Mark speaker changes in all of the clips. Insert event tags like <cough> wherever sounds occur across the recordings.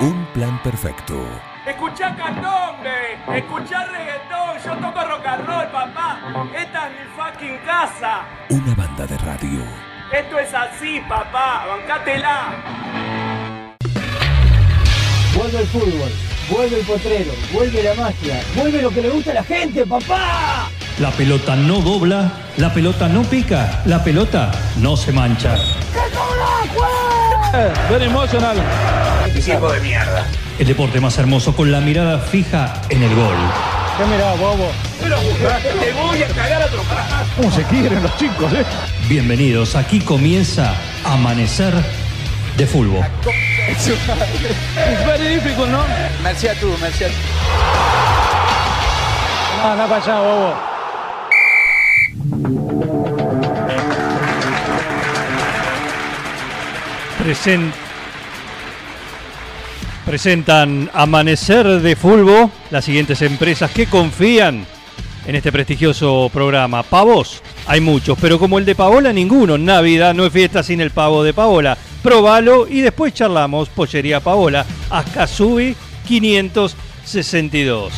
Speaker 1: Un plan perfecto.
Speaker 2: Escuchá candombe, escuchá reggaetón, yo toco rock and roll, papá. Esta es mi fucking casa.
Speaker 1: Una banda de radio.
Speaker 2: Esto es así, papá. Bancátela.
Speaker 3: Vuelve el fútbol, vuelve el potrero, vuelve la magia, vuelve lo que le gusta a la gente, papá.
Speaker 4: La pelota no dobla, la pelota no pica, la pelota no se mancha.
Speaker 2: Tipo de mierda.
Speaker 4: El deporte más hermoso con la mirada fija en el gol.
Speaker 2: Te voy a cagar a trompar.
Speaker 4: Bienvenidos, aquí comienza Amanecer de Fútbol.
Speaker 5: Presen- presentan Amanecer de Fulbo las siguientes empresas que confían en este prestigioso programa. Pavos, hay muchos, pero como el de Paola, ninguno. Navidad no es fiesta sin el pavo de Paola. Probalo y después charlamos. Pollería Paola, Azkazubi 562.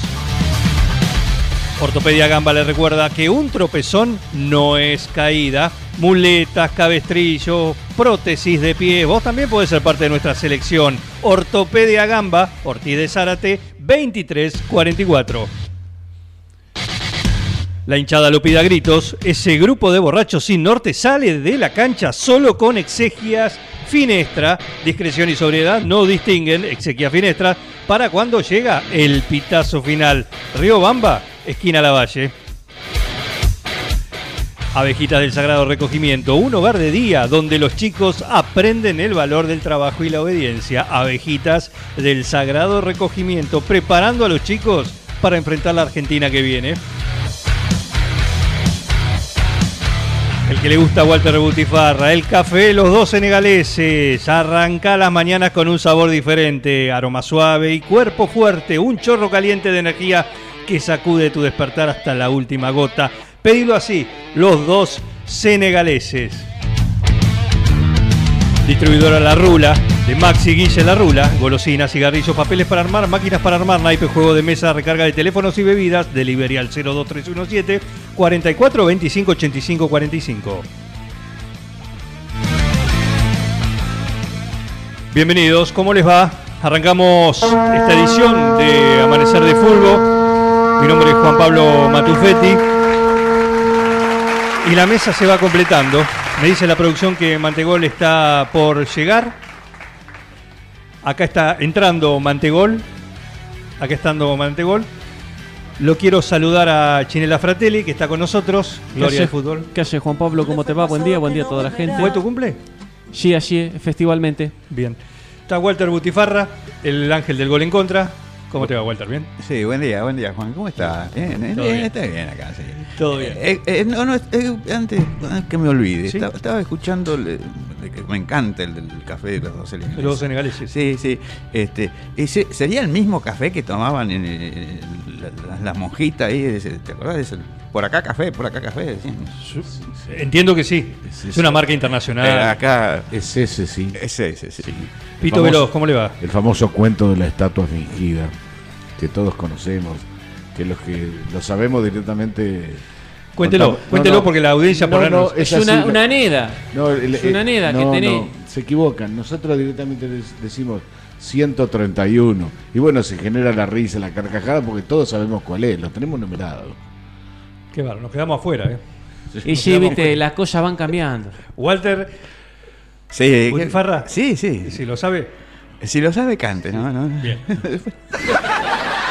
Speaker 5: Ortopedia Gamba le recuerda que un tropezón no es caída. Muletas, cabestrillo, prótesis de pie. Vos también podés ser parte de nuestra selección. Ortopedia Gamba, Ortiz de Zárate, 2344. La hinchada lo pide a gritos. Ese grupo de borrachos sin norte sale de la cancha solo con exegias finestra. Discreción y sobriedad no distinguen exequias finestra para cuando llega el pitazo final. Río Bamba, esquina La Valle. Abejitas del Sagrado Recogimiento, un hogar de día donde los chicos aprenden el valor del trabajo y la obediencia. Abejitas del Sagrado Recogimiento, preparando a los chicos para enfrentar la Argentina que viene. El que le gusta a Walter Butifarra, el café, los dos senegaleses. Arranca las mañanas con un sabor diferente, aroma suave y cuerpo fuerte, un chorro caliente de energía que sacude tu despertar hasta la última gota. Pedilo así, los dos senegaleses. Distribuidora La Rula, de Maxi Guille La Rula, golosinas, cigarrillos, papeles para armar, máquinas para armar, naipe, juego de mesa, recarga de teléfonos y bebidas, delivery al 02317 44 25 85 45. Bienvenidos, ¿cómo les va? Arrancamos esta edición de Amanecer de Fulgo. Mi nombre es Juan Pablo Matufetti. Y la mesa se va completando. Me dice la producción que Mantegol está por llegar. Acá está entrando Mantegol. Acá estando Mantegol. Lo quiero saludar a Chinela Fratelli, que está con nosotros. Gloria del
Speaker 6: haces?
Speaker 5: fútbol.
Speaker 6: ¿Qué haces, Juan Pablo? ¿Cómo te va? Buen día, buen día a toda la gente.
Speaker 5: ¿Fue tu cumple?
Speaker 6: Sí, así es, festivalmente.
Speaker 5: Bien. Está Walter Butifarra, el ángel del gol en contra. ¿Cómo te va, Walter? ¿Bien?
Speaker 7: Sí, buen día, buen día, Juan. ¿Cómo estás? Bien, bien,
Speaker 5: Todo
Speaker 7: bien,
Speaker 5: bien.
Speaker 7: está bien acá, sí.
Speaker 5: Todo bien.
Speaker 7: Eh, eh, no, no, eh, antes antes que me olvide,
Speaker 5: Sí.
Speaker 7: esta- estaba, escuchando, el- el que me encanta el del café de los dos
Speaker 5: Los
Speaker 7: senegaleses.
Speaker 5: dos senegaleses.
Speaker 7: Sí, sí. Este, ese, ¿Sería el mismo café que tomaban en, eh, la- la- las monjitas ahí? de ese- ¿Te acordás? de ese, por acá café, por acá café, decían.
Speaker 5: Entiendo que sí. Es una marca internacional.
Speaker 7: Eh, acá,
Speaker 8: Es ese, sí.
Speaker 7: ese, ese, sí.
Speaker 5: Pito
Speaker 8: Vamos.
Speaker 5: Veloz, ¿cómo le va?
Speaker 8: El famoso cuento de la estatua fingida, que todos conocemos, que los que lo sabemos directamente...
Speaker 5: Cuéntelo,
Speaker 8: contamos-
Speaker 5: cuéntelo porque la audiencia por
Speaker 8: no,
Speaker 5: ahí
Speaker 8: no,
Speaker 5: nos-
Speaker 6: Es,
Speaker 8: así,
Speaker 6: una,
Speaker 8: lo-
Speaker 6: una neda.
Speaker 8: no, el-
Speaker 6: es una
Speaker 8: eh,
Speaker 6: neda que
Speaker 8: no,
Speaker 6: tenés.
Speaker 8: no, se equivocan. Nosotros directamente les decimos 131. Y bueno, se genera la risa, la carcajada, porque todos sabemos cuál es. Lo tenemos numerado.
Speaker 5: Qué bárbaro, nos quedamos afuera. ¿eh?
Speaker 6: Y sí, viste, las cosas van cambiando.
Speaker 5: Walter,
Speaker 7: Sí,
Speaker 5: ¿Butifarra?
Speaker 7: Sí, sí.
Speaker 5: si lo sabe,
Speaker 7: Si lo sabe, cante, ¿no? no, no.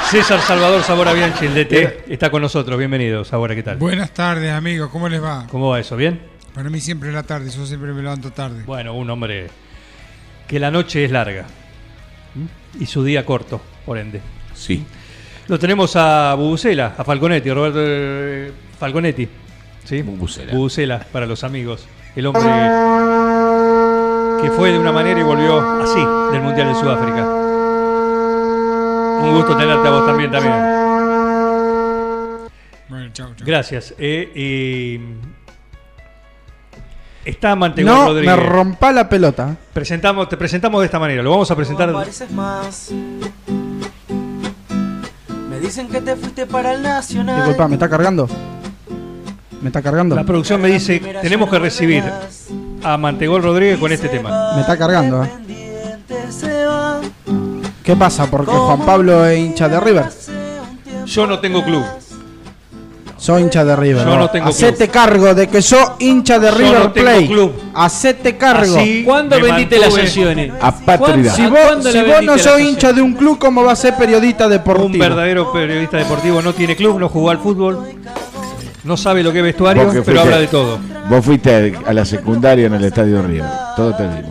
Speaker 5: César Salvador Sabora Bianchi, el DT, está con nosotros. Bienvenido, Sabora, ¿qué tal?
Speaker 9: Buenas tardes, amigos. ¿Cómo les va?
Speaker 5: ¿Cómo va eso? ¿Bien?
Speaker 9: Para mí siempre es la tarde. Yo siempre me levanto tarde.
Speaker 5: Bueno, un hombre que la noche es larga ¿m? y su día corto, por ende.
Speaker 8: Sí.
Speaker 5: Lo tenemos a Bubucela, a Falconetti, Roberto eh, Falconetti. ¿Sí?
Speaker 8: Bubucela.
Speaker 5: Bubucela, para los amigos. El hombre que fue de una manera y volvió así del Mundial de Sudáfrica. Un gusto tenerte a vos también, también.
Speaker 9: Bueno, chao, chao.
Speaker 5: Gracias. eh, y Está Mantegol
Speaker 10: No me
Speaker 5: Rodríguez.
Speaker 10: rompa la pelota.
Speaker 5: Presentamos, te presentamos de esta manera, lo vamos a presentar.
Speaker 11: No apareces más. Me dicen que te fuiste para el Nacional.
Speaker 10: Disculpa, me está cargando. Me está cargando.
Speaker 5: La producción me dice, tenemos que recibir a Mantegol Rodríguez con este tema.
Speaker 10: Me está cargando. eh.
Speaker 11: Se va,
Speaker 10: ¿Qué pasa? Porque Juan Pablo es hincha de River.
Speaker 5: Yo no tengo club.
Speaker 10: Soy hincha de River.
Speaker 5: Yo no tengo
Speaker 10: Hacete cargo de que soy hincha de
Speaker 5: Yo
Speaker 10: River
Speaker 5: no tengo
Speaker 10: Plate.
Speaker 5: club.
Speaker 10: Hacete cargo.
Speaker 5: Así
Speaker 6: ¿Cuándo
Speaker 5: me
Speaker 6: vendiste las
Speaker 5: mantuve
Speaker 6: acciones?
Speaker 8: Apátrida.
Speaker 10: Si
Speaker 6: ¿A
Speaker 10: vos,
Speaker 6: cuándo
Speaker 10: si
Speaker 6: le
Speaker 10: vos no
Speaker 6: vendiste
Speaker 10: sos
Speaker 6: la
Speaker 10: hincha de un club, ¿cómo vas a ser periodista
Speaker 5: Un
Speaker 10: deportivo?
Speaker 5: verdadero periodista deportivo no tiene club, no jugó al fútbol, no sabe lo que es vestuario,
Speaker 8: Porque
Speaker 5: pero
Speaker 8: fuiste-
Speaker 5: habla de todo.
Speaker 8: Vos fuiste a la secundaria en el Estadio River. Todo te vimos.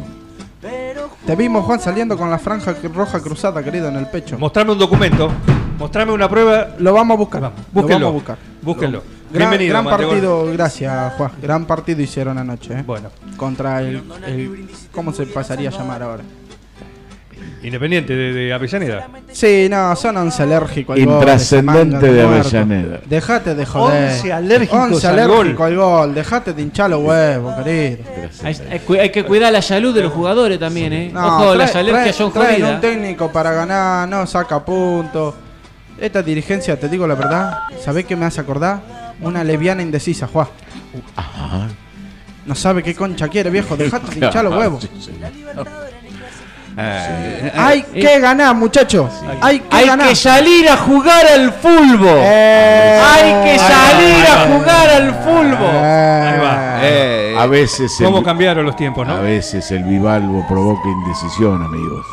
Speaker 10: Te vimos, Juan, saliendo con la franja cr- roja cruzada, querido, en el pecho.
Speaker 5: Mostrame un documento, mostrame una prueba.
Speaker 10: Lo vamos a buscar.
Speaker 5: Vamos,
Speaker 10: Lo
Speaker 5: búsquenlo.
Speaker 10: vamos a buscar.
Speaker 5: Búsquenlo.
Speaker 10: Gran,
Speaker 5: Bienvenido,
Speaker 10: gran
Speaker 5: Mantegol.
Speaker 10: partido, gracias, Juan. Gran partido hicieron anoche. eh.
Speaker 5: Bueno,
Speaker 10: Contra el, el- ¿Cómo se pasaría a llamar ahora?
Speaker 5: Independiente de, de Avellaneda.
Speaker 10: Sí, no, son once alérgicos al gol,
Speaker 8: Intrascendente
Speaker 10: esa manga
Speaker 8: de
Speaker 10: muerto.
Speaker 8: Avellaneda.
Speaker 10: Dejate de joder.
Speaker 5: Once alérgicos
Speaker 10: Once
Speaker 5: al
Speaker 10: alérgicos
Speaker 5: gol.
Speaker 10: al gol. Dejate de hinchar los huevos, querido.
Speaker 6: Hay, hay cu- hay que cuidar la salud de los jugadores también, ¿eh? Ojo, las
Speaker 10: trae-
Speaker 6: alergias
Speaker 10: trae-
Speaker 6: son
Speaker 10: traen
Speaker 6: jodidas.
Speaker 10: un técnico para ganar, no saca puntos. Esta dirigencia, te digo la verdad, ¿sabés qué me hace acordar? Una lesbiana indecisa, Juan. No sabe qué concha quiere,
Speaker 6: <laughs>
Speaker 10: viejo. Dejate de hinchar los huevos. Eh, Hay que ganar, muchachos. Hay que
Speaker 6: Eh, Hay
Speaker 10: ganar.
Speaker 6: que Ah, salir a jugar al fulbo.
Speaker 10: Eh,
Speaker 6: Hay que salir a jugar al fulbo.
Speaker 10: eh,
Speaker 5: Ahí va.
Speaker 7: Eh,
Speaker 8: A veces el,
Speaker 5: ¿Cómo cambiaron los tiempos,
Speaker 8: a
Speaker 5: no?
Speaker 8: veces el bivalvo provoca
Speaker 6: <laughs>
Speaker 8: indecisión, amigos.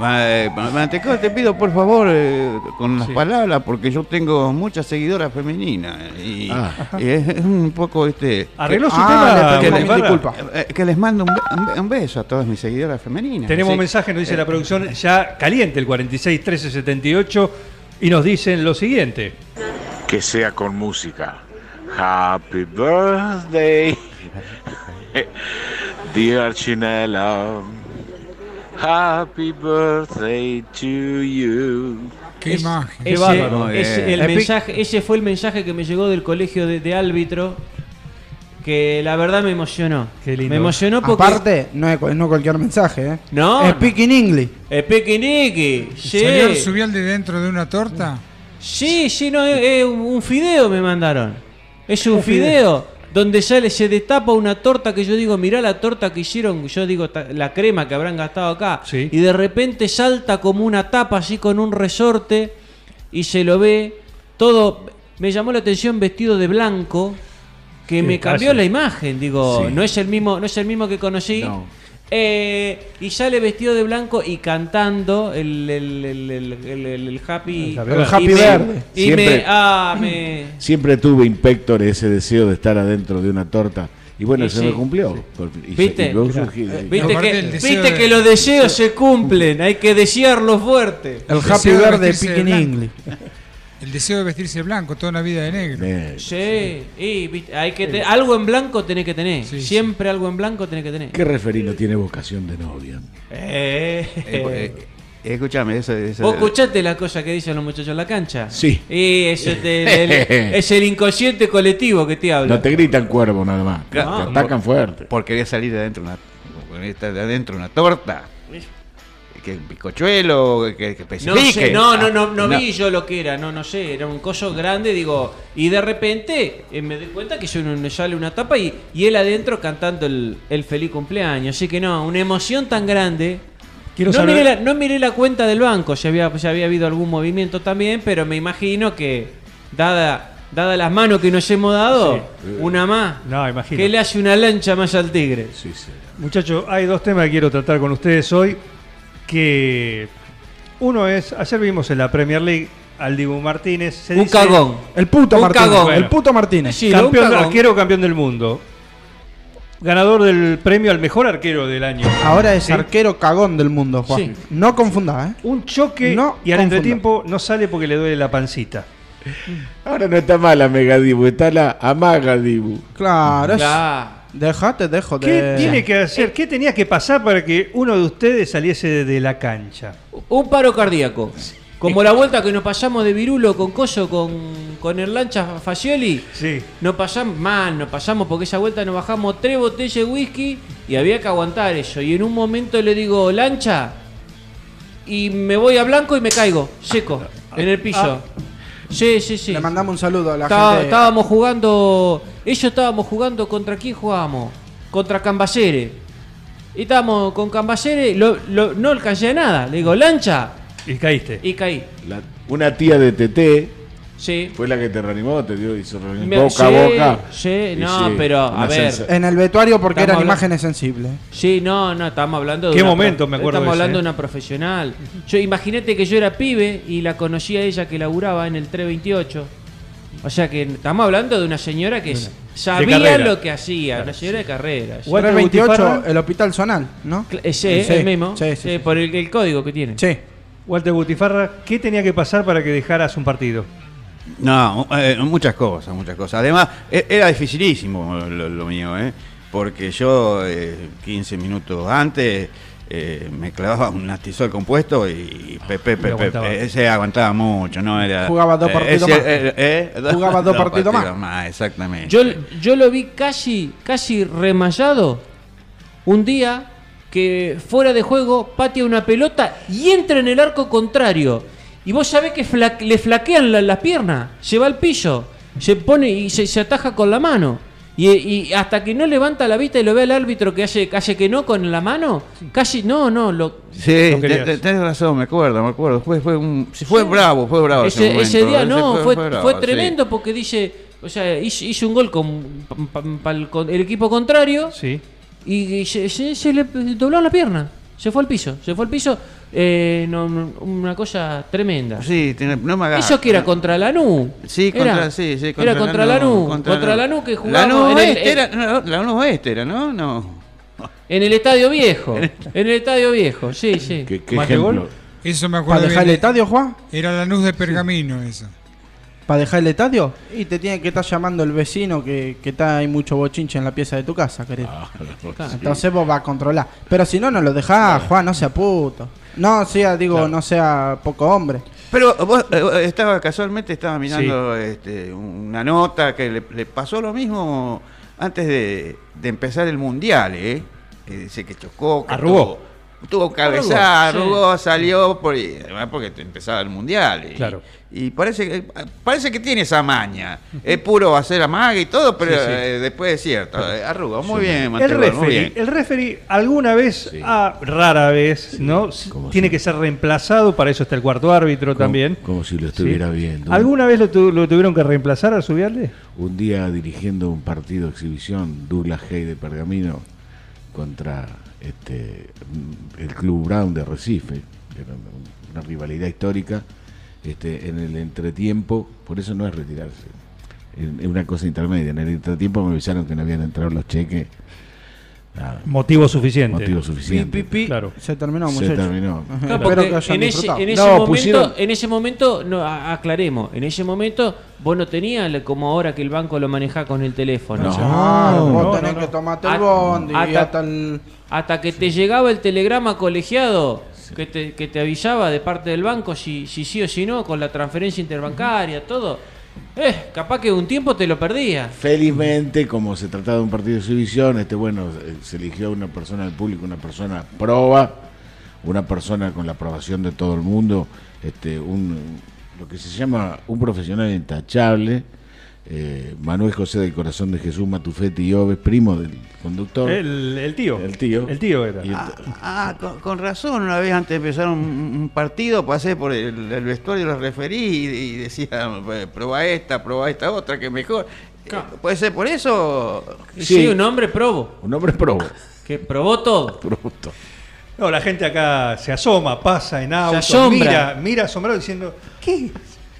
Speaker 7: Ma- eh, Mantecol, te pido por favor eh, con las palabras, porque yo tengo muchas seguidoras femeninas y,
Speaker 8: Ah.
Speaker 7: y es, es un poco este.
Speaker 5: Arregló su
Speaker 10: Ah, le
Speaker 5: tema.
Speaker 10: pedimos mil
Speaker 5: Barra.
Speaker 10: disculpas.
Speaker 7: eh, que les mando un, be- un be- un beso a todas mis seguidoras femeninas.
Speaker 5: Tenemos un
Speaker 7: Sí.
Speaker 5: mensaje, nos dice la producción, ya caliente el 46 13 78 y nos dicen lo siguiente.
Speaker 12: que sea con música. Happy birthday, <laughs> dear Chinela. Happy birthday to you.
Speaker 9: Qué imagen.
Speaker 6: Ese,
Speaker 5: bárbaro,
Speaker 6: ese- el
Speaker 7: eh.
Speaker 6: mensaje, ese fue el mensaje que me llegó del colegio de, de árbitro. Que la verdad me emocionó.
Speaker 5: Qué lindo.
Speaker 6: Me emocionó porque.
Speaker 10: Aparte, no es, cu- no cualquier mensaje, ¿eh?
Speaker 6: No, no.
Speaker 10: Speak in English.
Speaker 6: Eh, Pequenique,
Speaker 9: ¿Salió el
Speaker 6: sí.
Speaker 9: subial de dentro de una torta?
Speaker 6: Sí, sí, no, es, es un un fideo me mandaron. Es un, fideo, donde sale, se destapa una torta que yo digo, mirá la torta que hicieron, yo digo, "Ta- la crema que habrán gastado acá.
Speaker 5: Sí.
Speaker 6: Y de repente salta como una tapa así con un resorte y se lo ve todo. Me llamó la atención vestido de blanco, que
Speaker 5: Qué
Speaker 6: me cambió
Speaker 5: detalle.
Speaker 6: la imagen, digo,
Speaker 8: Sí.
Speaker 6: no es el mismo, no es el mismo que conocí.
Speaker 8: No.
Speaker 6: Eh, y sale vestido de blanco y cantando el, el, el, el, el- el- el happy,
Speaker 5: El happy
Speaker 6: y me-
Speaker 10: verde.
Speaker 6: Y me,
Speaker 8: Siempre.
Speaker 6: ah, me-
Speaker 8: Siempre tuve, Impector, ese deseo de estar adentro de una torta. Y bueno,
Speaker 6: Y
Speaker 8: se
Speaker 6: sí,
Speaker 8: me cumplió. Y, se-
Speaker 6: ¿Viste?
Speaker 8: y luego
Speaker 6: Mirá.
Speaker 8: surgí de ahí.
Speaker 6: viste,
Speaker 9: Aparte
Speaker 6: que,
Speaker 9: el deseo
Speaker 6: viste
Speaker 9: de-
Speaker 6: que los deseos se cumplen, hay que desearlos fuerte.
Speaker 10: El
Speaker 9: Deseo
Speaker 10: happy
Speaker 9: de
Speaker 10: verde
Speaker 9: vestirse
Speaker 10: speak
Speaker 9: de
Speaker 10: in
Speaker 9: blanco.
Speaker 10: English.
Speaker 9: El deseo de vestirse blanco toda una vida de negro.
Speaker 8: Eh,
Speaker 6: Sí, y viste, hay que te- algo en blanco tenés que tener,
Speaker 9: Sí, sí.
Speaker 6: siempre algo en blanco tenés que tener.
Speaker 8: ¿Qué referido tiene vocación de novia?
Speaker 6: Eh.
Speaker 7: Eh, eh, eh, escúchame, eso, eso-
Speaker 6: Vos escuchaste la cosa que dicen los muchachos en la cancha.
Speaker 8: Sí.
Speaker 6: Y es el, el- el- es el inconsciente colectivo que te habla.
Speaker 8: No te gritan cuervo nada más. Te
Speaker 7: No.
Speaker 8: atacan fuerte.
Speaker 7: por querer salir de adentro una, por querer estar de adentro una torta. Que un bizcochuelo, que, que
Speaker 6: No,
Speaker 7: especifique.
Speaker 6: sé, no, no, no, no
Speaker 7: Ah,
Speaker 6: vi yo lo que era, no, no sé, era un coso grande, digo, y de repente eh, me doy cuenta que yo no- me sale una tapa y, y él adentro cantando el, el feliz cumpleaños. Así que no, una emoción tan grande.
Speaker 5: Quiero
Speaker 6: no,
Speaker 5: saber-
Speaker 6: miré la, no miré la cuenta del banco, si había, si había habido algún movimiento también, pero me imagino que, dada, dada las manos que nos hemos dado, una más,
Speaker 5: No, imagino.
Speaker 6: que le hace una lancha más al tigre.
Speaker 8: Sí, sí.
Speaker 5: Muchachos, hay dos temas que quiero tratar con ustedes hoy. Que uno es, ayer vimos en la Premier League al Dibu Martínez. se
Speaker 6: Un
Speaker 5: dice
Speaker 6: cagón.
Speaker 10: El puto
Speaker 6: Un
Speaker 10: Martínez.
Speaker 6: cagón.
Speaker 10: El puto Martínez.
Speaker 6: Sí, un
Speaker 5: Campeón,
Speaker 6: cagón.
Speaker 5: arquero campeón del mundo. Ganador del premio al mejor arquero del año.
Speaker 10: Ahora es
Speaker 5: ¿Sí?
Speaker 10: arquero cagón del mundo, Juan.
Speaker 6: Sí.
Speaker 10: No confundás, ¿eh?
Speaker 5: Un choque
Speaker 10: No
Speaker 5: y al
Speaker 10: confunda.
Speaker 5: entretiempo no sale porque le duele la pancita.
Speaker 8: Ahora no está mal la Megadibu, está la Amaga Dibu.
Speaker 10: Claro. es-
Speaker 6: Claro.
Speaker 10: Dejate de joder.
Speaker 5: ¿Qué tiene que hacer? Eh, ¿Qué tenía que pasar para que uno de ustedes saliese de la cancha?
Speaker 6: Un paro cardíaco. Como la vuelta que nos pasamos de Virulo con Coso, con, con Erlancha Fagioli.
Speaker 5: Sí.
Speaker 6: Nos pasamos mal, nos pasamos porque esa vuelta nos bajamos tres botellas de whisky y había que aguantar eso. Y en un momento le digo, lancha, y me voy a blanco y me caigo, seco, en el piso. Sí, sí, sí.
Speaker 10: Ah. Le mandamos un saludo a la
Speaker 6: Estaba-
Speaker 10: gente.
Speaker 6: Estábamos jugando. Ellos estábamos jugando contra quién jugábamos. Contra Cambacere. Y estábamos con Cambacere. Lo, lo- no alcancé a nada. Le digo, lancha.
Speaker 5: Y caíste.
Speaker 6: Y caí.
Speaker 8: La- una tía de TT
Speaker 6: Sí.
Speaker 8: fue la que te reanimó, te dio y se reanimó
Speaker 6: Me-
Speaker 8: boca a
Speaker 6: sí,
Speaker 8: boca.
Speaker 6: sí,
Speaker 8: Y
Speaker 6: no, pero, a
Speaker 8: una
Speaker 6: ver.
Speaker 8: sensa-
Speaker 10: En el vestuario porque
Speaker 6: Estamos
Speaker 10: eran
Speaker 6: hablando-
Speaker 10: imágenes sensibles.
Speaker 6: Sí, no, no, estábamos hablando de.
Speaker 10: Qué
Speaker 6: una
Speaker 10: momento,
Speaker 6: prof-
Speaker 10: me acuerdo
Speaker 6: Estamos
Speaker 10: de ese,
Speaker 6: hablando
Speaker 10: eh.
Speaker 6: de una profesional. Yo imagínate que yo era pibe y la conocí a ella que laburaba en el 328. O sea que estamos hablando de una señora que s- sabía
Speaker 10: carrera.
Speaker 6: lo que hacía, una señora de carrera.
Speaker 10: 328, el hospital zonal, ¿no?
Speaker 6: Ese eh, es
Speaker 10: Sí,
Speaker 6: el mismo.
Speaker 10: sí, sí,
Speaker 6: Sí, por el, el código que tiene.
Speaker 10: Sí.
Speaker 5: Walter Butifarra, ¿qué tenía que pasar para que dejaras un partido?
Speaker 7: No, eh, muchas cosas, muchas cosas. Además, e- era dificilísimo lo, lo mío, ¿eh? Porque yo, eh, 15 minutos antes, eh, me clavaba un astizol compuesto y Pepe, Pepe,
Speaker 10: aguantaba.
Speaker 7: ese aguantaba mucho, ¿no? Era,
Speaker 10: Jugaba dos
Speaker 7: eh,
Speaker 10: partidos
Speaker 7: ese-
Speaker 10: más.
Speaker 7: eh, eh, <laughs>
Speaker 10: Jugaba dos partidos más.
Speaker 7: Exactamente.
Speaker 6: Yo, yo lo vi casi, casi remallado un día que fuera de juego patea una pelota y entra en el arco contrario. Y vos sabés que fla- le flaquean la- las piernas, se va al pillo, se pone y se, se ataja con la mano. Y, y hasta que no levanta la vista y lo ve al árbitro que hace, hace que no con la mano, casi no, no, lo,
Speaker 7: Sí,
Speaker 6: Lo querías.
Speaker 7: te- te- tenés razón, me acuerdo, me acuerdo. Fue, fue, un, sí, fue bravo, fue bravo.
Speaker 6: Ese,
Speaker 7: momento,
Speaker 6: ese día no,
Speaker 7: ese
Speaker 6: fue,
Speaker 7: bravo,
Speaker 6: fue
Speaker 7: sí.
Speaker 6: tremendo porque dice, o sea, hizo, hizo un gol con, pa- pa- pa- el- con el equipo contrario
Speaker 5: sí.
Speaker 6: y se, se- se le dobló la pierna, se fue al piso, se fue al piso, eh, no, no, una cosa tremenda.
Speaker 7: Sí, tiene- no me hagas. eh,
Speaker 6: Eso que era contra Lanús.
Speaker 7: Sí,
Speaker 6: Era-
Speaker 7: contra, sí, sí,
Speaker 6: era contra Lanús, contra Lanús que jugaba
Speaker 7: Lanús
Speaker 6: en el-
Speaker 7: Oeste era, no, Lanús Oeste era, ¿no? No.
Speaker 6: En el Estadio Viejo,
Speaker 7: <laughs>
Speaker 6: en el Estadio Viejo, sí, sí.
Speaker 7: qué ¿Más que gol? ejemplo?
Speaker 9: Eso me acuerdo.
Speaker 10: ¿Para dejar
Speaker 9: bien.
Speaker 10: el estadio, Juan?
Speaker 9: Era la luz de pergamino esa.
Speaker 10: ¿Para dejar el estadio? Y te tiene que estar llamando el vecino que, que está hay mucho bochinche en la pieza de tu casa, querido.
Speaker 6: Claro.
Speaker 10: Entonces vos vas a controlar. Pero si no, no lo dejás, Juan, no sea puto. No sea, digo, no sea poco hombre.
Speaker 7: Pero vos eh, estaba casualmente estaba mirando este, una nota que le, le pasó lo mismo antes de, de empezar el mundial, ¿eh? Eh, Dice que chocó, que
Speaker 5: Arrugó.
Speaker 7: Tuvo, tuvo cabezada,
Speaker 5: Arrugó, sí.
Speaker 7: arrugó, salió por, y además porque te empezaba el mundial. Y,
Speaker 5: Claro.
Speaker 7: Y parece que parece que tiene esa maña. Es puro hacer amague y todo, pero
Speaker 5: Sí, sí.
Speaker 7: eh, después es cierto. eh, Arrugó, muy
Speaker 5: Sí.
Speaker 7: bien,
Speaker 5: el
Speaker 7: Montero, muy
Speaker 5: referee,
Speaker 7: bien.
Speaker 5: el referee alguna vez, ah, rara vez, ¿no? Tiene que ser reemplazado, para eso está el cuarto árbitro también.
Speaker 8: Como si lo estuviera
Speaker 5: Sí.
Speaker 8: viendo.
Speaker 5: ¿Alguna vez lo, tu- lo tuvieron que reemplazar al subirle?
Speaker 8: Un día dirigiendo un partido de exhibición, Douglas Hay de Pergamino contra este mm, el Club Brown de Recife, que era un- una rivalidad histórica, este, en el entretiempo, por eso no es retirarse, es una cosa intermedia, en el entretiempo me avisaron que no habían entrado los cheques. Nada.
Speaker 5: Motivo suficiente.
Speaker 8: Motivo suficiente.
Speaker 10: Pi, pi, pi.
Speaker 5: Claro.
Speaker 10: Se terminó,
Speaker 8: Se
Speaker 10: muchachos.
Speaker 8: terminó.
Speaker 10: Ajá.
Speaker 6: Claro,
Speaker 10: Espero
Speaker 6: porque
Speaker 10: que hayan
Speaker 6: en ese,
Speaker 10: disfrutado.
Speaker 6: en ese
Speaker 10: No,
Speaker 6: momento,
Speaker 10: pusieron-
Speaker 6: en ese momento no, a- aclaremos, en ese momento vos no tenías le- como ahora que el banco lo maneja con el teléfono.
Speaker 10: No.
Speaker 6: O sea,
Speaker 10: Claro, vos
Speaker 6: Ah, no,
Speaker 10: tenés
Speaker 6: no,
Speaker 10: que
Speaker 6: no.
Speaker 10: tomarte el
Speaker 6: Hasta-
Speaker 10: bondi y
Speaker 6: hasta,
Speaker 10: hasta el...
Speaker 6: hasta que te llegaba el telegrama colegiado que, te, que te avisaba de parte del banco si, si sí o si no, con la transferencia interbancaria, todo. Eh, capaz que un tiempo te lo perdías.
Speaker 8: Felizmente, como se trataba de un partido de exhibición, este bueno, eh, se eligió una persona del público, una persona proba, una persona con la aprobación de todo el mundo, este, un lo que se llama un profesional intachable, eh, Manuel José del Corazón de Jesús Matufetti y Oves, primo del conductor.
Speaker 5: El, el tío.
Speaker 8: El tío.
Speaker 5: El tío era.
Speaker 8: Y ent-
Speaker 7: Ah, con, con razón, una vez antes de empezar un, un partido pasé por el, el vestuario de los referí y, y decía, prueba esta, prueba esta otra, que es mejor. Eh, ¿Puede ser por eso?
Speaker 6: Sí, un hombre probo.
Speaker 8: Un hombre probo. <laughs>
Speaker 6: Que probó todo.
Speaker 5: No, la gente acá se asoma, pasa en auto,
Speaker 6: asombra.
Speaker 5: mira, mira asombrado diciendo, ¿qué?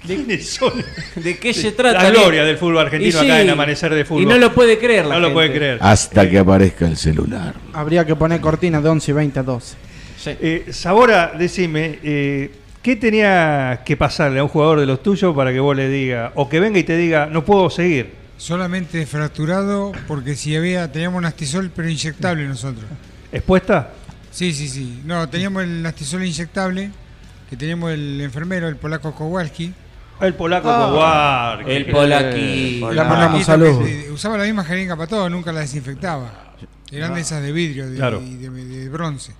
Speaker 5: ¿Quiénes son?
Speaker 6: ¿De qué se trata?
Speaker 5: La gloria del fútbol argentino
Speaker 6: Y sí,
Speaker 5: acá en Amanecer de Fútbol.
Speaker 6: Y no lo puede creer la
Speaker 5: No lo
Speaker 6: gente.
Speaker 5: puede creer. Eh,
Speaker 8: Hasta que aparezca el celular.
Speaker 10: Habría que poner cortina de 11 y 20 a 12.
Speaker 5: Eh, Sabora, decime, eh, ¿qué tenía que pasarle a un jugador de los tuyos para que vos le diga, o que venga y te diga, no puedo seguir?
Speaker 9: Solamente fracturado porque si había, teníamos un astizol pero inyectable nosotros.
Speaker 5: ¿Expuesta?
Speaker 9: Sí, sí, sí. No, teníamos el astizol inyectable que teníamos el enfermero, el polaco Kowalski.
Speaker 5: El polaco Ah, Kowalski. el polaqui.
Speaker 9: La
Speaker 5: Le mandamos
Speaker 9: mandamos
Speaker 5: saludos.
Speaker 9: Usaba la misma jeringa para todo, nunca la desinfectaba. Eran de esas de vidrio de-
Speaker 5: Claro.
Speaker 9: y de, de bronce.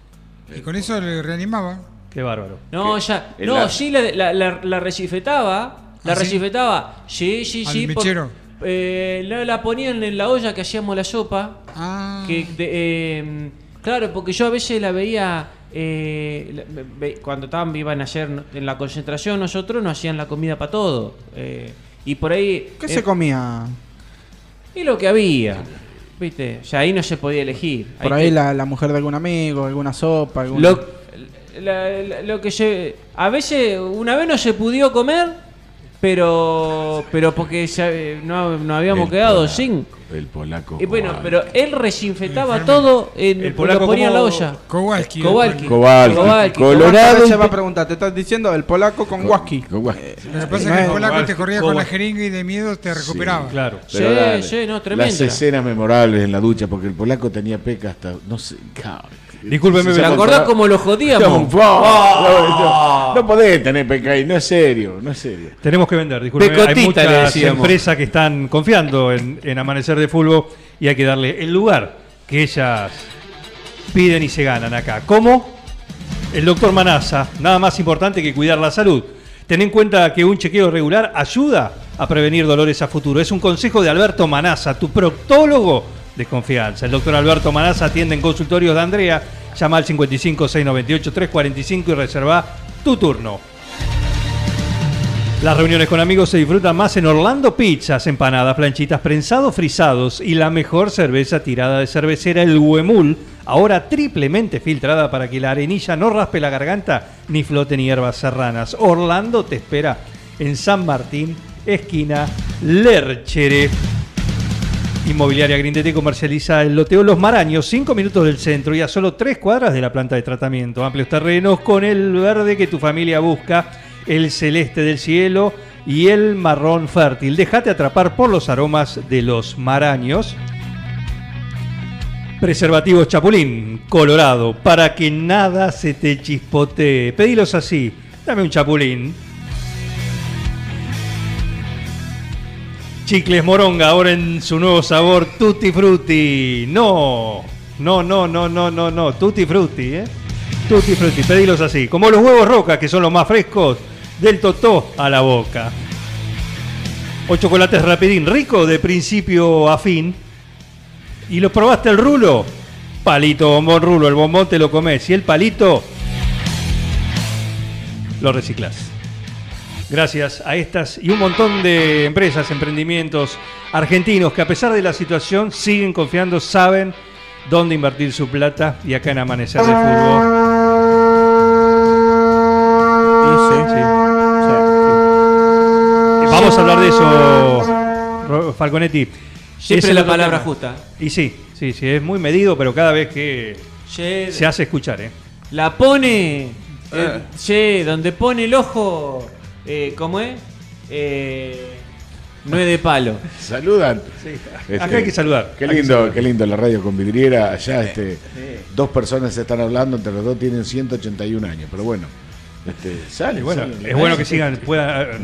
Speaker 9: Y con eso le reanimaba.
Speaker 5: Qué bárbaro.
Speaker 6: No, ya. No, sí la, la, la, la rechifetaba. La
Speaker 9: ¿Ah, sí?
Speaker 6: rechifetaba. Sí, sí,
Speaker 9: ¿Al
Speaker 6: sí. por-
Speaker 9: mechero?
Speaker 6: eh, la, la ponían en la olla que hacíamos la sopa.
Speaker 9: Ah.
Speaker 6: Que, de- eh, claro, porque yo a veces la veía. eh, la- ve- ve- cuando estaban iban ayer no- en la concentración, nosotros nos hacían la comida para todo. eh, y por ahí.
Speaker 10: ¿Qué
Speaker 6: eh,
Speaker 10: se comía?
Speaker 6: Y lo que había. ¿Viste? Ya ahí no se podía elegir.
Speaker 10: Por
Speaker 6: Ahí
Speaker 10: ahí
Speaker 6: te-
Speaker 10: la, la mujer de algún amigo, alguna sopa, alguna... Ah,
Speaker 6: Lo, la- la- lo que se- a veces una vez no se pudió comer, pero pero porque ya, eh, no, nos habíamos
Speaker 8: El
Speaker 6: quedado
Speaker 8: polaco,
Speaker 6: sin.
Speaker 8: El polaco.
Speaker 6: Y bueno,
Speaker 8: Kowalski.
Speaker 6: pero él resinfetaba todo en
Speaker 10: El polaco
Speaker 6: lo ponía en la
Speaker 10: como-
Speaker 6: olla.
Speaker 10: Kowalski,
Speaker 6: Kowalski.
Speaker 8: Kowalski. Colorado
Speaker 10: Se
Speaker 8: y
Speaker 10: va a preguntar, te estás diciendo el polaco con Waski.
Speaker 9: Lo que pasa es que el polaco te corría con la jeringa y de miedo te recuperaba.
Speaker 5: claro.
Speaker 8: Pero dale, Las escenas memorables en la ducha, porque el polaco tenía peca hasta. No sé. ca-
Speaker 5: Discúlpeme,
Speaker 8: se
Speaker 5: ¿se
Speaker 8: acordaba-
Speaker 5: acordás cómo lo jodíamos?
Speaker 8: Digamos, "Fua,
Speaker 5: Ah.
Speaker 8: no, no podés tener peca ahí, no es serio, no es serio.
Speaker 5: Tenemos que vender, disculpen. Hay
Speaker 8: Pecotita, le
Speaker 5: muchas
Speaker 8: decíamos.
Speaker 5: empresas que están confiando en, en Amanecer de Fulbo y hay que darle el lugar que ellas piden y se ganan acá. ¿Cómo? El doctor Manasa, nada más importante que cuidar la salud. Ten en cuenta que un chequeo regular ayuda a prevenir dolores a futuro. Es un consejo de Alberto Manasa, tu proctólogo de confianza. El doctor Alberto Manasa atiende en consultorios de Andrea. Llama al 55-698-345 y reserva tu turno. Las reuniones con amigos se disfrutan más en Orlando Pizzas, empanadas, planchitas, prensados, frisados y la mejor cerveza tirada de cervecera, el Huemul, ahora triplemente filtrada para que la arenilla no raspe la garganta ni flote ni hierbas serranas. Orlando te espera en San Martín, esquina Lerchere. Inmobiliaria Grindetti comercializa el loteo Los Maraños, 5 minutos del centro y a solo 3 cuadras de la planta de tratamiento. Amplios terrenos con el verde que tu familia busca, el celeste del cielo y el marrón fértil. Déjate atrapar por los aromas de los maraños. Preservativos Chapulín, Colorado, para que nada se te chispotee. Pedilos así, dame un chapulín. Chicles Moronga, ahora en su nuevo sabor, Tutti Frutti. No, no, no, no, no, no, no, Tutti Frutti, ¿eh? Tutti Frutti, pedilos así, como los huevos roca, que son los más frescos, del totó a la boca. O chocolates rapidín, rico de principio a fin. ¿Y lo probaste el rulo? Palito, bombón rulo, el bombón te lo comes. Y el palito lo reciclas. Gracias a estas y un montón de empresas, emprendimientos argentinos que a pesar de la situación siguen confiando, saben dónde invertir su plata y acá en Amanecer de Fútbol. Eh, Vamos a hablar de eso, Ro- Falconetti.
Speaker 6: Siempre
Speaker 5: Ese
Speaker 6: la
Speaker 5: otro
Speaker 6: palabra justa.
Speaker 5: Y sí, sí, sí, es muy medido, pero cada vez que se hace escuchar, ¿eh?
Speaker 6: La pone. eh, Che, donde pone el ojo. Eh, ¿Cómo es? Eh, no es de palo.
Speaker 8: Saludan. Este,
Speaker 6: Acá hay que saludar.
Speaker 8: Qué
Speaker 6: Hay que
Speaker 8: lindo,
Speaker 6: saludar.
Speaker 8: qué lindo la radio con vidriera. Allá este, dos personas se están hablando, entre los dos tienen 181 años, pero bueno. Este, sale,
Speaker 5: Y bueno,
Speaker 8: sale.
Speaker 5: es bueno que sigan, puedan eh,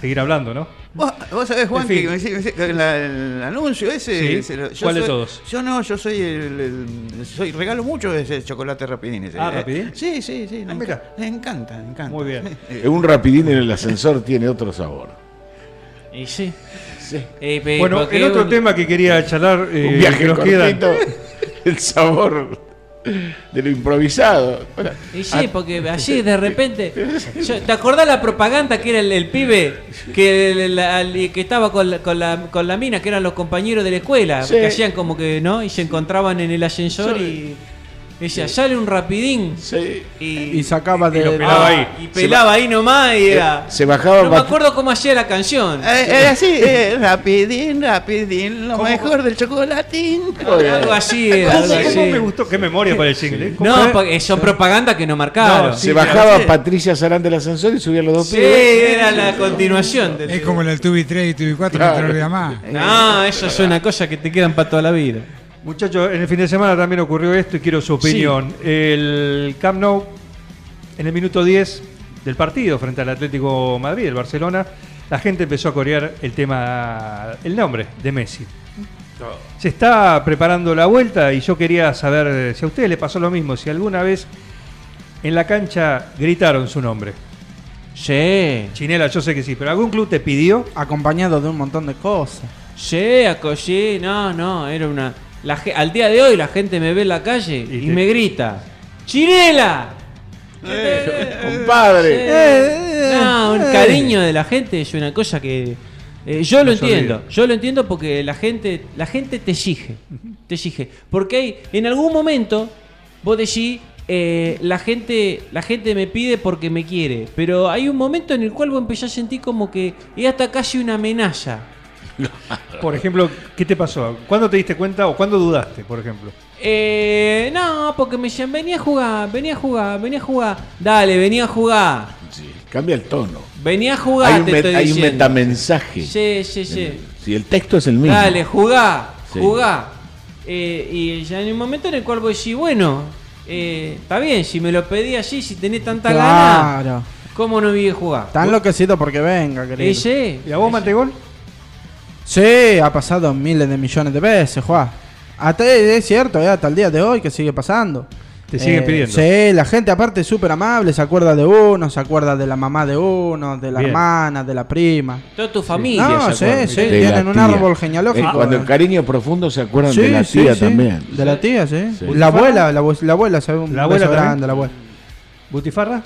Speaker 5: seguir hablando, ¿no?
Speaker 7: Vos, vos sabés, Juan,
Speaker 5: En fin.
Speaker 7: que me- me- me- la- el anuncio ese.
Speaker 5: Sí.
Speaker 7: se yo
Speaker 5: ¿Cuál de
Speaker 7: soy-
Speaker 5: todos?
Speaker 7: Yo no, yo soy el. el- soy, regalo mucho ese chocolate rapidín. ese,
Speaker 5: Ah,
Speaker 7: eh.
Speaker 5: ¿rapidín? Ah,
Speaker 7: Sí, sí, sí. me, encanta, me encanta, me encanta.
Speaker 5: Muy bien.
Speaker 8: Eh, Un rapidín en el ascensor tiene otro sabor.
Speaker 6: Y sí. Eh,
Speaker 5: Bueno, el otro tema que quería charlar, eh,
Speaker 8: Un viaje
Speaker 5: que nos quedan.
Speaker 8: cortito, <laughs> el sabor de lo improvisado. Bueno,
Speaker 6: Y sí, porque allí de repente. yo- ¿Te acordás la propaganda que era el, el pibe que, el- el- el que estaba con la, con, la, con la mina, que eran los compañeros de la escuela?
Speaker 8: Sí.
Speaker 6: Que hacían como que, ¿no? Y se encontraban en el ascensor y. Ella sale un rapidín. Y,
Speaker 10: Y sacaba de...
Speaker 6: pelaba ahí. eh, Y pelaba ahí nomás y era.
Speaker 8: Se bajaba
Speaker 6: No me acuerdo cómo hacía la canción.
Speaker 7: Eh, eh, así, eh, rapidín, rapidín, lo mejor del chocolatín.
Speaker 5: Ah,
Speaker 6: Algo así era, algo
Speaker 5: ¿Cómo
Speaker 6: así.
Speaker 5: me gustó? ¿Qué memoria para el single? ¿eh? ¿Cómo
Speaker 6: No,
Speaker 5: es?
Speaker 6: porque son propaganda que no marcaron.
Speaker 8: se bajaba Patricia Sarán del ascensor y subían los dos
Speaker 6: Sí,
Speaker 8: pibes.
Speaker 6: era la continuación. del-
Speaker 9: Es como el Tubi 3 y Tubi 4, no te lo olvidas más.
Speaker 6: No, Ah, eso es una cosa que te quedan para toda la vida.
Speaker 5: Muchachos, en el fin de semana también ocurrió esto y quiero su opinión. El Camp Nou, en el minuto 10, del partido frente al Atlético Madrid, el Barcelona, la gente empezó a corear el tema, el nombre de Messi. Se está preparando la vuelta y yo quería saber eh, si a ustedes les pasó lo mismo, si alguna vez en la cancha gritaron su nombre.
Speaker 6: Sí.
Speaker 5: Chinela, yo sé que sí, pero algún club te pidió.
Speaker 10: Acompañado de un montón de cosas.
Speaker 6: Che, acollé, no, no, era una. la ge- al día de hoy la gente me ve en la calle y, me grita: ¡Chinela!
Speaker 10: compadre.
Speaker 6: Eh, no, un cariño de la gente es una cosa que. eh, yo lo
Speaker 5: No se
Speaker 6: entiendo,
Speaker 5: olvida.
Speaker 6: yo lo entiendo porque la gente, la gente te exige, te exige. Porque hay, en algún momento, vos decís, eh, la, gente, la gente me pide porque me quiere, pero hay un momento en el cual vos empezás a sentir como que es hasta casi una amenaza.
Speaker 5: Por ejemplo, ¿qué te pasó? ¿Cuándo te diste cuenta o cuándo dudaste, por ejemplo?
Speaker 6: Eh, no, porque me decían, venía a jugar, venía a jugar, venía a jugar. Dale, venía a jugar.
Speaker 8: Cambia el tono.
Speaker 6: Venía a jugar,
Speaker 8: Hay un,
Speaker 6: te
Speaker 8: met-
Speaker 6: estoy
Speaker 8: hay un
Speaker 6: diciendo.
Speaker 8: metamensaje.
Speaker 6: Sí, sí, sí.
Speaker 8: Si el texto es el mismo.
Speaker 6: Dale, jugá,
Speaker 8: Sí.
Speaker 6: jugá. Eh, y ya en un momento en el cual vos decís, bueno, eh, está bien, si me lo pedí allí, si tenés tanta gana,
Speaker 10: Claro.
Speaker 6: ¿cómo no vi jugar?
Speaker 10: Está enloquecido porque venga, querido.
Speaker 6: Y sí.
Speaker 5: ¿Y a vos, Mantegol?
Speaker 10: Sí, ha pasado miles de millones de veces, Juan. Hasta, es cierto, eh, hasta el día de hoy que sigue pasando. Eh,
Speaker 5: Te siguen pidiendo.
Speaker 10: Sí, la gente aparte es súper amable, se acuerda de uno, se acuerda de la mamá de uno, de la
Speaker 8: Bien.
Speaker 10: hermana, de la prima.
Speaker 6: Toda tu familia.
Speaker 10: No,
Speaker 6: se
Speaker 10: sí,
Speaker 6: acuerda.
Speaker 10: sí, tienen un árbol genealógico.
Speaker 8: Eh, cuando el cariño profundo se acuerdan
Speaker 10: Sí,
Speaker 8: de la
Speaker 10: sí,
Speaker 8: tía
Speaker 10: sí.
Speaker 8: también.
Speaker 10: De la tía, sí.
Speaker 8: Sí.
Speaker 10: La abuela, la, abue- la abuela, sabe un
Speaker 5: ¿La
Speaker 10: beso
Speaker 5: abuela también?
Speaker 10: grande, la abuela.
Speaker 5: ¿Butifarra?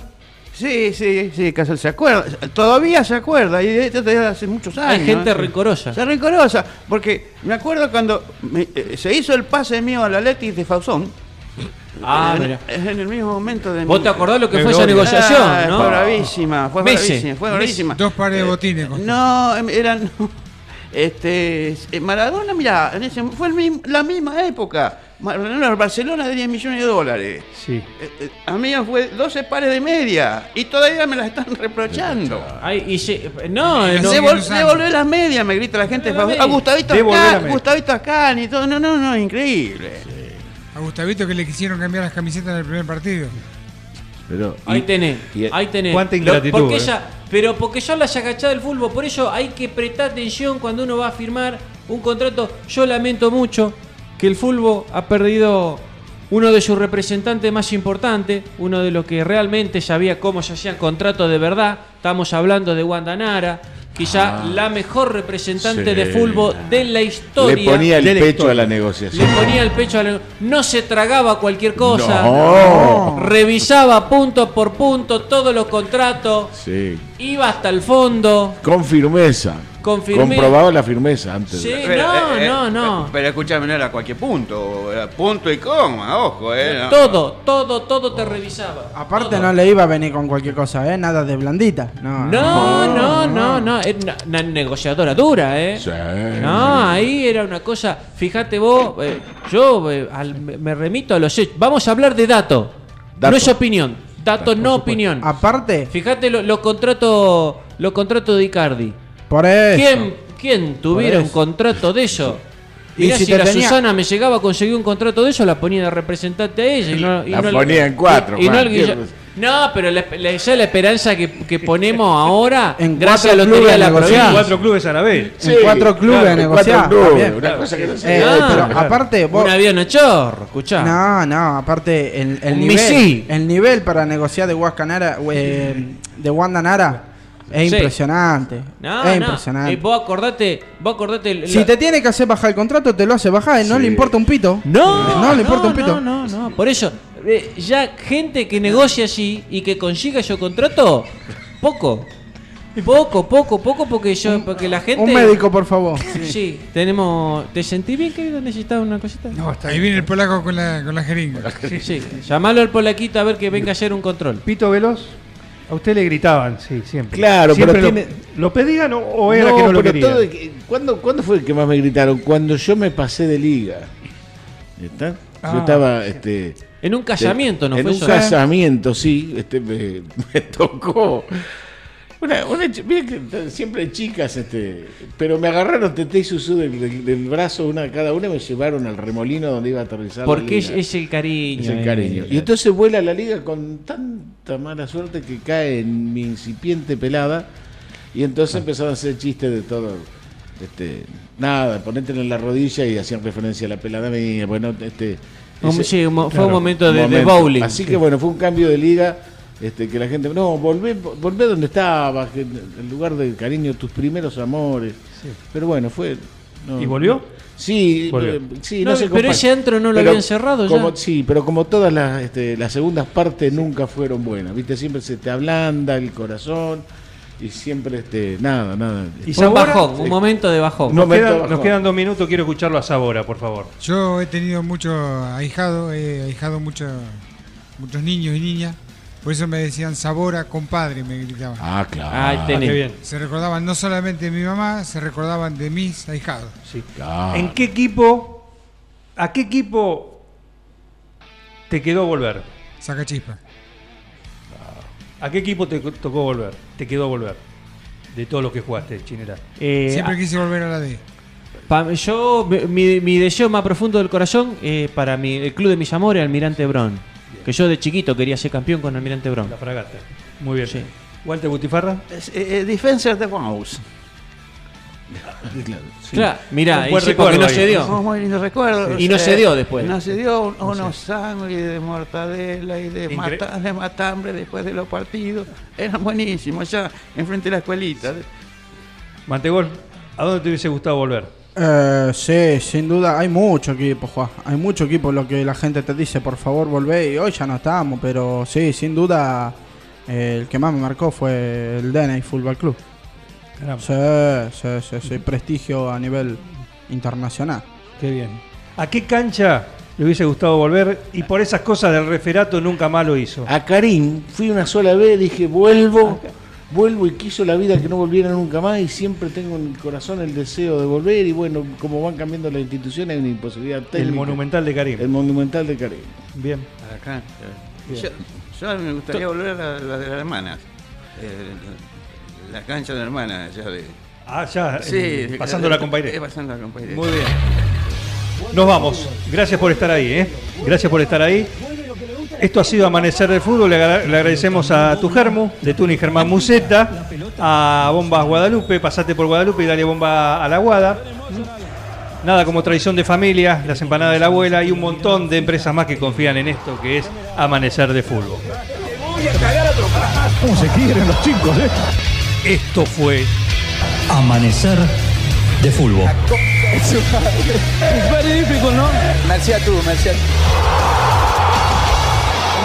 Speaker 7: Sí, sí, sí, Casal se acuerda, todavía se acuerda, y de esto desde hace muchos años.
Speaker 6: Hay gente
Speaker 7: ¿eh?
Speaker 6: rencorosa.
Speaker 7: Se rencorosa, porque me acuerdo cuando me- eh, se hizo el pase mío al Atleti de Fausón.
Speaker 6: Ah,
Speaker 7: en,
Speaker 6: mira.
Speaker 7: en el mismo momento de
Speaker 6: ¿Vos
Speaker 7: mi-
Speaker 6: te acordás lo que fue esa negociación?
Speaker 7: Ah,
Speaker 6: ¿no?
Speaker 7: Fue bravísima, fue
Speaker 6: Messi,
Speaker 7: bravísima, fue
Speaker 6: Messi.
Speaker 7: bravísima.
Speaker 9: Dos pares de botines. con-
Speaker 7: Eh, No, em, eran. Este, eh, Maradona, mirá, en ese- fue el mismo- la misma época. Maradona, Barcelona de 10 millones de dólares.
Speaker 5: Sí.
Speaker 7: Eh, eh, A mí fue 12 pares de media y todavía me las están reprochando.
Speaker 6: Ay, y se- no, eh, no,
Speaker 7: Devol- devolver las medias, me grita la gente.
Speaker 6: Devolver.
Speaker 7: A Gustavito
Speaker 6: Devolver las
Speaker 7: Ascan,
Speaker 6: medias.
Speaker 7: Gustavito Ascan y todo. No, no, no, increíble.
Speaker 9: A Gustavito que le quisieron cambiar las camisetas en el primer partido.
Speaker 8: Pero,
Speaker 6: Ahí tenés,
Speaker 8: y-
Speaker 6: ahí tenés.
Speaker 5: eh, cuánta
Speaker 6: Lo-
Speaker 5: ingratitud,
Speaker 6: porque
Speaker 5: eh.
Speaker 6: ella- pero porque yo la agachada del fútbol, por ello hay que prestar atención cuando uno va a firmar un contrato. Yo lamento mucho que el fútbol ha perdido uno de sus representantes más importantes, uno de los que realmente sabía cómo se hacían contratos de verdad. Estamos hablando de Wanda Nara, quizá
Speaker 8: Ah.
Speaker 6: la mejor representante
Speaker 8: Sí.
Speaker 6: de fútbol de la historia.
Speaker 8: Le ponía el
Speaker 6: De la
Speaker 8: pecho a la
Speaker 6: le
Speaker 8: negociación.
Speaker 6: ponía el pecho a la... No se tragaba cualquier cosa.
Speaker 8: No.
Speaker 6: Oh. Revisaba punto por punto todos los contratos.
Speaker 8: Sí.
Speaker 6: Iba hasta el fondo.
Speaker 8: Con firmeza.
Speaker 6: Con firmeza.
Speaker 8: Comprobaba la firmeza antes.
Speaker 6: Sí,
Speaker 8: de-
Speaker 6: no, no, no.
Speaker 7: eh, Pero, escúchame, no era cualquier punto. Era punto y coma, ojo, eh. no.
Speaker 6: Todo, todo, todo te revisaba.
Speaker 10: Aparte no le iba a venir con cualquier cosa, ¿eh? Nada de blandita. No, Ah.
Speaker 6: No, no, no, no. Era una, una negociadora dura, ¿eh?
Speaker 8: Sí.
Speaker 6: No, ahí era una cosa. Fíjate vos, eh, yo eh, al- me me remito a los hechos. Vamos a hablar de dato.
Speaker 8: Dato.
Speaker 6: No es opinión. Dato,
Speaker 8: Dato,
Speaker 6: no opinión.
Speaker 10: Ah. Aparte,
Speaker 6: Fíjate los lo contratos lo contrato de Icardi.
Speaker 10: por eso.
Speaker 6: ¿Quién, quién tuviera
Speaker 10: eso.
Speaker 6: un contrato de eso?
Speaker 10: Y
Speaker 6: Mirá,
Speaker 10: si
Speaker 6: si,
Speaker 10: te
Speaker 6: la
Speaker 10: tenía-
Speaker 6: Susana me llegaba a conseguir un contrato de eso, la ponía de representante a ella. Y no, y
Speaker 8: La
Speaker 6: no-
Speaker 8: ponía en cuatro,
Speaker 6: Y, y no,
Speaker 8: Juan,
Speaker 6: el Guilla-
Speaker 8: ¿qué-
Speaker 6: No, pero la, la- ya la esperanza que, que ponemos ahora,
Speaker 10: <laughs> En
Speaker 6: gracias a
Speaker 10: cuatro
Speaker 6: Lotería de
Speaker 10: clubes
Speaker 6: la
Speaker 10: negociamos.
Speaker 6: Provincia.
Speaker 5: Cuatro clubes a la vez.
Speaker 10: En cuatro clubes
Speaker 8: claro, en
Speaker 10: negociados.
Speaker 8: cuatro clubes,
Speaker 10: también.
Speaker 8: una cosa que no se-
Speaker 10: Eh,
Speaker 6: Claro,
Speaker 5: Ah.
Speaker 10: pero
Speaker 6: claro.
Speaker 10: aparte vos...
Speaker 6: Un avión a chorro, escuchá.
Speaker 10: No, no, aparte el, el
Speaker 6: Un
Speaker 10: nivel,
Speaker 6: misil.
Speaker 10: el nivel para negociar de Huascanara, eh, de Wanda Nara es
Speaker 6: Sí.
Speaker 10: impresionante.
Speaker 6: No,
Speaker 10: es
Speaker 6: no.
Speaker 10: impresionante.
Speaker 6: Eh, vos acordate, vos acordate. el-
Speaker 10: Si
Speaker 6: la-
Speaker 10: te tiene que hacer bajar el contrato, te lo hace bajar, y no le importa un pito.
Speaker 6: No,
Speaker 10: no le importa un pito.
Speaker 6: No, no, no. Por eso, eh, ya gente que negocia así y que consiga yo contrato, poco. Poco, poco, poco, porque yo, porque la gente.
Speaker 10: Un médico, por favor.
Speaker 6: Sí, tenemos. ¿Te sentís bien, querido? ¿Necesitas una cosita?
Speaker 9: No, está Ahí viene el polaco con la, con la jeringa.
Speaker 6: Sí, llamalo al polaquito a ver que venga a hacer un control.
Speaker 5: Pito Veloz, a usted le gritaban, sí, siempre.
Speaker 8: Claro,
Speaker 5: Siempre
Speaker 8: pero
Speaker 5: lo,
Speaker 8: tiene-
Speaker 5: ¿lo pedían o, o era que no lo Ah,
Speaker 8: pero
Speaker 5: querían?
Speaker 8: todo- que- ¿cuándo, cuándo fue el que más me gritaron? Cuando yo me pasé de liga. ¿Está?
Speaker 9: Ah,
Speaker 8: yo estaba este,
Speaker 6: En un casamiento, ¿no Eh.
Speaker 8: en
Speaker 6: fue
Speaker 8: un
Speaker 6: eso?
Speaker 8: <laughs> casamiento, sí. Este, me, me tocó. Una, una chi- mira que t- siempre hay chicas, este, pero me agarraron Tete y Susu del, del- del brazo, una cada una, y me llevaron al remolino donde iba a aterrizar. la
Speaker 6: Porque es,
Speaker 8: liga.
Speaker 6: es el cariño. eh.
Speaker 8: Es el cariño. eh. Y entonces vuela la liga con tanta mala suerte que cae en mi incipiente pelada. Y entonces empezaron a hacer chistes de todo. Este, nada, ponete en la rodilla y hacían referencia a la pelada mía. Bueno, este.
Speaker 6: Un- sí, un mo- fue un momento de- de bowling.
Speaker 8: Así que bueno, fue un cambio de liga. Este, que la gente, no, volvé, volvé donde estabas, que en el lugar del cariño, tus primeros amores. Pero bueno, fue. no,
Speaker 5: ¿Y volvió?
Speaker 8: Sí,
Speaker 5: Volvió.
Speaker 8: eh, sí,
Speaker 6: No,
Speaker 8: se
Speaker 6: pero
Speaker 8: compara.
Speaker 6: ese antro no lo habían cerrado ya.
Speaker 8: como- Sí, pero como todas las, este, las segundas partes nunca fueron buenas, ¿viste? Siempre se te ablanda el corazón y siempre, este, nada, nada.
Speaker 6: Y
Speaker 8: Este,
Speaker 6: un bajón,
Speaker 8: sí.
Speaker 6: un momento de bajón.
Speaker 8: Un
Speaker 5: Nos,
Speaker 8: momento
Speaker 5: quedan-
Speaker 8: bajón.
Speaker 5: nos quedan dos minutos, quiero escucharlo a Sabora, por favor.
Speaker 9: Yo he tenido mucho ahijado, he ahijado mucho, muchos niños y niñas. Por eso me decían Sabora, compadre, me gritaban.
Speaker 8: Ah, claro.
Speaker 6: Ah, tenés.
Speaker 5: qué bien.
Speaker 9: Se recordaban no solamente de mi mamá, se recordaban de mis ahijados.
Speaker 5: Sí.
Speaker 8: Claro.
Speaker 5: ¿En qué equipo, a qué equipo te quedó volver?
Speaker 9: Saca chispa.
Speaker 5: ¿A qué equipo te co- tocó volver? Te quedó volver. De todos los que jugaste, Chinera.
Speaker 6: Eh,
Speaker 9: Siempre quise volver a la D.
Speaker 6: pa- yo, mi, mi deseo más profundo del corazón es para mi, el club de mis amores, Almirante Brown. Que yo de chiquito quería ser campeón con Almirante Brown.
Speaker 5: La fragata. Muy bien.
Speaker 6: Sí.
Speaker 5: Walter Butifarra.
Speaker 7: Es, eh, eh, Defensa de Mouse.
Speaker 6: Claro, mirá,
Speaker 5: Un buen
Speaker 6: ese porque
Speaker 5: recuerdo
Speaker 6: no
Speaker 5: ahí.
Speaker 6: se
Speaker 7: Oh,
Speaker 6: dio.
Speaker 7: muy lindo recuerdo.
Speaker 6: Y no se dio después.
Speaker 7: No se dio un- unos sándwiches de mortadela y de,
Speaker 5: Incre-
Speaker 7: mata- de matambre después de los partidos. Eran buenísimos, allá enfrente de la escuelita.
Speaker 5: Mantegol, ¿a dónde te hubiese gustado volver?
Speaker 10: Eh, sí, sin duda, hay mucho equipo, Juan. Hay mucho equipo. Lo que la gente te dice, por favor, volvé. Y hoy ya no estamos, pero sí, sin duda, eh, el que más me marcó fue el DNI Fútbol Club.
Speaker 5: Caramba.
Speaker 10: Sí, sí, sí, sí, prestigio a nivel internacional.
Speaker 5: Qué bien. ¿A qué cancha le hubiese gustado volver? Y por esas cosas del referato nunca más lo hizo.
Speaker 7: Ah,
Speaker 8: A Karim, fui una sola vez, dije, vuelvo, vuelvo y quiso la vida que no volviera nunca más y siempre tengo en el corazón el deseo de volver y bueno, como van cambiando las instituciones hay una imposibilidad técnica.
Speaker 5: El monumental de Karim.
Speaker 8: El monumental de Karim.
Speaker 5: Bien.
Speaker 7: Acá. Yo, yo me gustaría volver a las de las hermanas. Eh, la cancha de hermanas, allá de.
Speaker 5: Ah, ya. eh,
Speaker 7: Sí,
Speaker 5: pasando la compañera.
Speaker 7: Eh, pasando la compañera.
Speaker 5: Muy bien. Nos vamos. Gracias por estar ahí, ¿eh? Gracias por estar ahí. Esto ha sido Amanecer del Fútbol. Le, agra- le agradecemos a tu Germu, de Tuni Germán Museta, a Bombas Guadalupe. Pasate por Guadalupe y dale bomba a la Guada. Nada como traición de familia, las empanadas de la abuela y un montón de empresas más que confían en esto que es Amanecer de Fútbol.
Speaker 1: ¿Cómo se quieren los chicos, eh?
Speaker 5: Esto fue
Speaker 4: Amanecer de fútbol.
Speaker 11: Merced a tú, merced a tú.